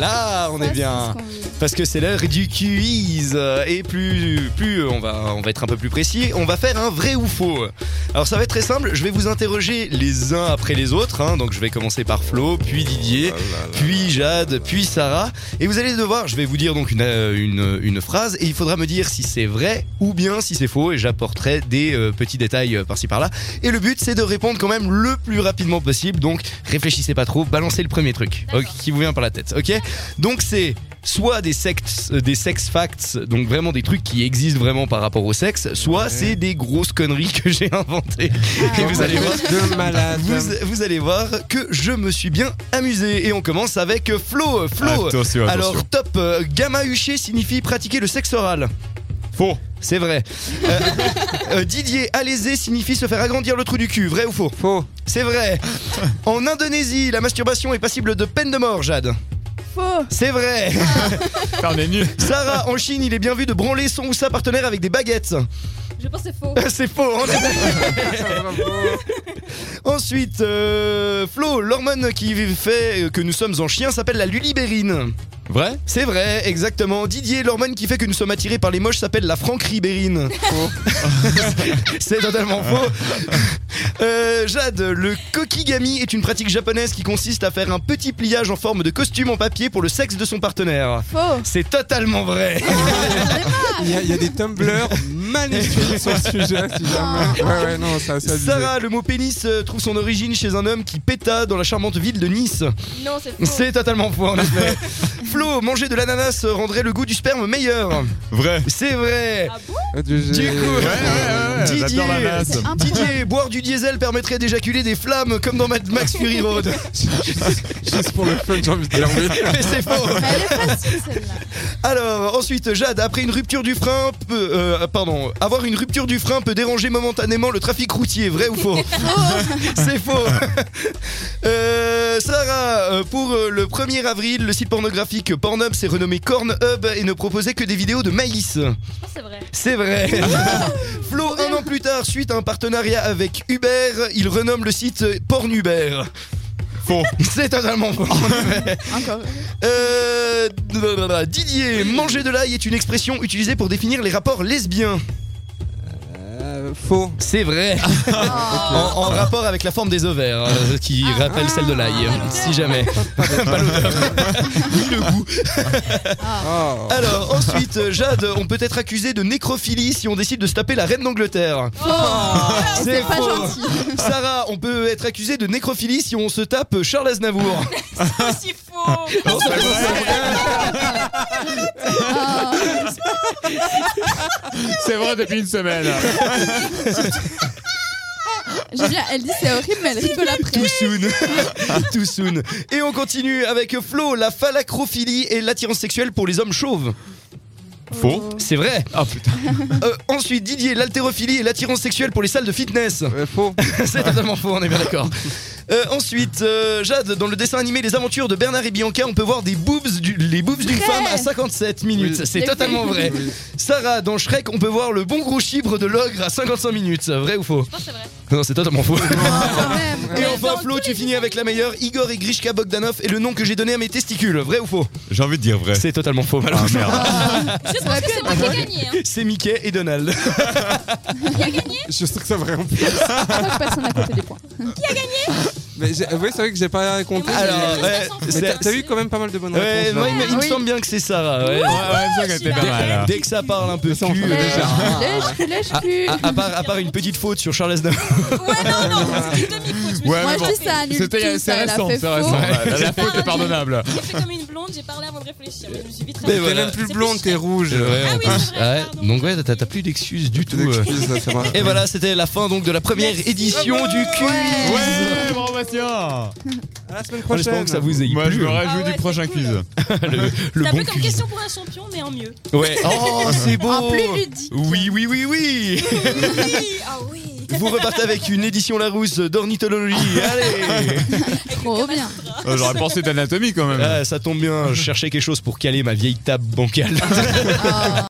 Là, on est bien. Parce que c'est l'heure du quiz. Et plus, plus on, va, on va être un peu plus précis, on va faire un vrai ou faux. Alors ça va être très simple, je vais vous interroger les uns après les autres. hein. donc je vais commencer par Flo, puis Didier, puis Jade, puis Sarah. Et vous allez devoir, je vais vous dire donc une, euh, une, une phrase, et il faudra me dire si c'est vrai ou bien si c'est faux. Et j'apporterai des euh, petits détails euh, par-ci par-là. Et le but, c'est de répondre quand même le plus rapidement possible. Donc, réfléchissez pas trop, balancez le premier truc ok, qui vous vient par la tête. Ok Donc, c'est soit des sectes, euh, des sex facts, donc vraiment des trucs qui existent vraiment par rapport au sexe, soit c'est des grosses conneries que j'ai inventées. Ah. Et vous allez voir. De malade. Vous, vous allez voir que je me suis bien amusé. Et on commence avec euh, Flo. Flo, Attention, attention. alors top, euh, gamma huché signifie pratiquer le sexe oral. Faux. C'est vrai. Euh, euh, Didier alésé signifie se faire agrandir le trou du cul. Vrai ou faux Faux. C'est vrai. En Indonésie, la masturbation est passible de peine de mort, Jade. Faux. C'est vrai. Putain, on est nuls. Sarah, en Chine, il est bien vu de branler son ou sa partenaire avec des baguettes. Je pense que c'est faux. C'est faux. en effet. Ensuite, euh, Flo, l'hormone qui fait que nous sommes en chien s'appelle la lulibérine. Vrai C'est vrai, exactement. Didier, l'hormone qui fait que nous sommes attirés par les moches s'appelle la francribérine. C'est totalement faux. Euh, Jade, le kokigami est une pratique japonaise qui consiste à faire un petit pliage en forme de costume en papier pour le sexe de son partenaire. Faux. C'est totalement vrai. Il y, a- il y a des tumblers magnifiques sur ce sujet, si jamais. Ouais, ouais, non, ça, Ah. ça Sarah, le mot pénis euh, trouve son origine chez un homme qui péta dans la charmante ville de Nice. Non, c'est faux. C'est totalement faux en effet. Flo, manger de l'ananas rendrait le goût du sperme meilleur. Vrai. C'est vrai. Ah bon Du, Du coup, Ah, Didier. Didier, J'adore la masse. C'est improbable. Didier, boire du diesel permettrait d'éjaculer des flammes comme dans Mad Max Fury Road. Juste pour le fun, j'ai envie de dire oui. Mais c'est faux. Mais Elle est facile celle-là. Alors, ensuite, Jade, après une rupture du frein, peut, euh, pardon, avoir une rupture du frein peut déranger momentanément le trafic routier, vrai ou faux C'est faux. Euh, Sarah, euh, pour euh, le 1er avril, le site pornographique Pornhub s'est renommé Cornhub et ne proposait que des vidéos de maïs. Je pense que c'est vrai. C'est vrai. Ah Flo, un an plus tard, suite à un partenariat avec Uber, il renomme le site Pornuber. Faux. C'est totalement faux. Encore. Euh, blablabla. Didier, manger de l'ail est une expression utilisée pour définir les rapports lesbiens. Euh, faux. C'est vrai. En, Oh. en rapport avec la forme des ovaires, euh, qui rappelle celle de l'ail, si jamais. Pas l'odeur. Ni le goût. Oh. Alors, ensuite, euh, Jade, on peut être accusé de nécrophilie si on décide de se taper la reine d'Angleterre. Oh. C'est pas faux. gentil. Sarah, on peut être accusé de nécrophilie si on se tape Charles Aznavour. C'est aussi faux. C'est vrai depuis une semaine. J'ai bien, elle dit c'est horrible, mais elle rigole après. Too soon. Too soon. Et on continue avec Flo, la phallacrophilie et l'attirance sexuelle pour les hommes chauves. Oh. Faux. C'est vrai. Ah putain. Euh, ensuite, Didier, l'haltérophilie et l'attirance sexuelle pour les salles de fitness. Euh, faux. C'est totalement faux, on est bien d'accord. Euh, ensuite, euh, Jade, dans le dessin animé Les Aventures de Bernard et Bianca, on peut voir des boobs du- les boobs d'une Vrai. femme à 57 minutes. Oui. C'est Les totalement boobs. vrai. Oui. Sarah, dans Shrek, on peut voir le bon gros chibre de l'ogre à 55 minutes. Vrai ou faux Je pense que c'est vrai. Non, c'est totalement faux. Quand même. Et Mais enfin, dans Flo, tous tu les finis avec la meilleure. Igor et Grishka Bogdanov est le nom que j'ai donné à mes testicules. Vrai ou faux J'ai envie de dire vrai. C'est totalement faux, Ah malheureusement. merde. Juste parce que c'est moi qui ai gagné. Hein. C'est Mickey et Donald. Qui a gagné Je suis sûr que c'est vrai en plus. Je crois que personne n'a compté les points. Mais j'ai- oui, c'est vrai que j'ai pas compté. moi, Alors, j'ai mais- ouais, euh, l'impression que mais c'est- t'as- t'as eu quand même pas mal de bonnes Ouais, réponses. moi, il me- il me Oui. semble bien que c'est Sarah. ouais. Ah, Ouais, ouais, c'est vrai qu'elle était pas mal. là. Dès que ça parle un peu Ça, on cul, connaît euh, déjà. Lèche, plus, lèche, plus. Ah, à, à part, à part une petite faute sur Charles Aznavour. Ouais, non, non, c'est une demi-faute. Moi, Ouais, mais je bon. dis ça annule tout. ça, C'était- C'est ah, elle a récent, fait c'est faux. récent. Ouais, La faute est pardonnable. J'ai fait comme une blonde, j'ai parlé avant de réfléchir. mais Je me suis vite Mais T'es rattrapée. voilà. même plus C'est blonde, plus t'es cher. rouge. Ah oui, c'est vrai, Ouais, pardon. donc ouais, t'as- t'as plus d'excuses du tout. Des euh. excuses, c'est vrai. Et voilà, c'était la fin donc de la première Merci édition beaucoup. du quiz. Ah Ouais. Ouais, bravo Bastien. À la semaine En espérant prochaine. que ça vous ait plu. Moi, je me rajoute Ah ouais, du c'est prochain cool. quiz. le, le C'est un bon peu comme quiz. question pour un champion, mais en mieux. Ouais. Oh, c'est beau. En plus ludique. Oui, oui, oui, oui. Oui, ah oui. Vous repartez avec une édition Larousse d'ornithologie. Allez. Trop bien. Euh, J'aurais pensé d'anatomie quand même. Ah, ça tombe bien. Je cherchais quelque chose pour caler ma vieille table bancale.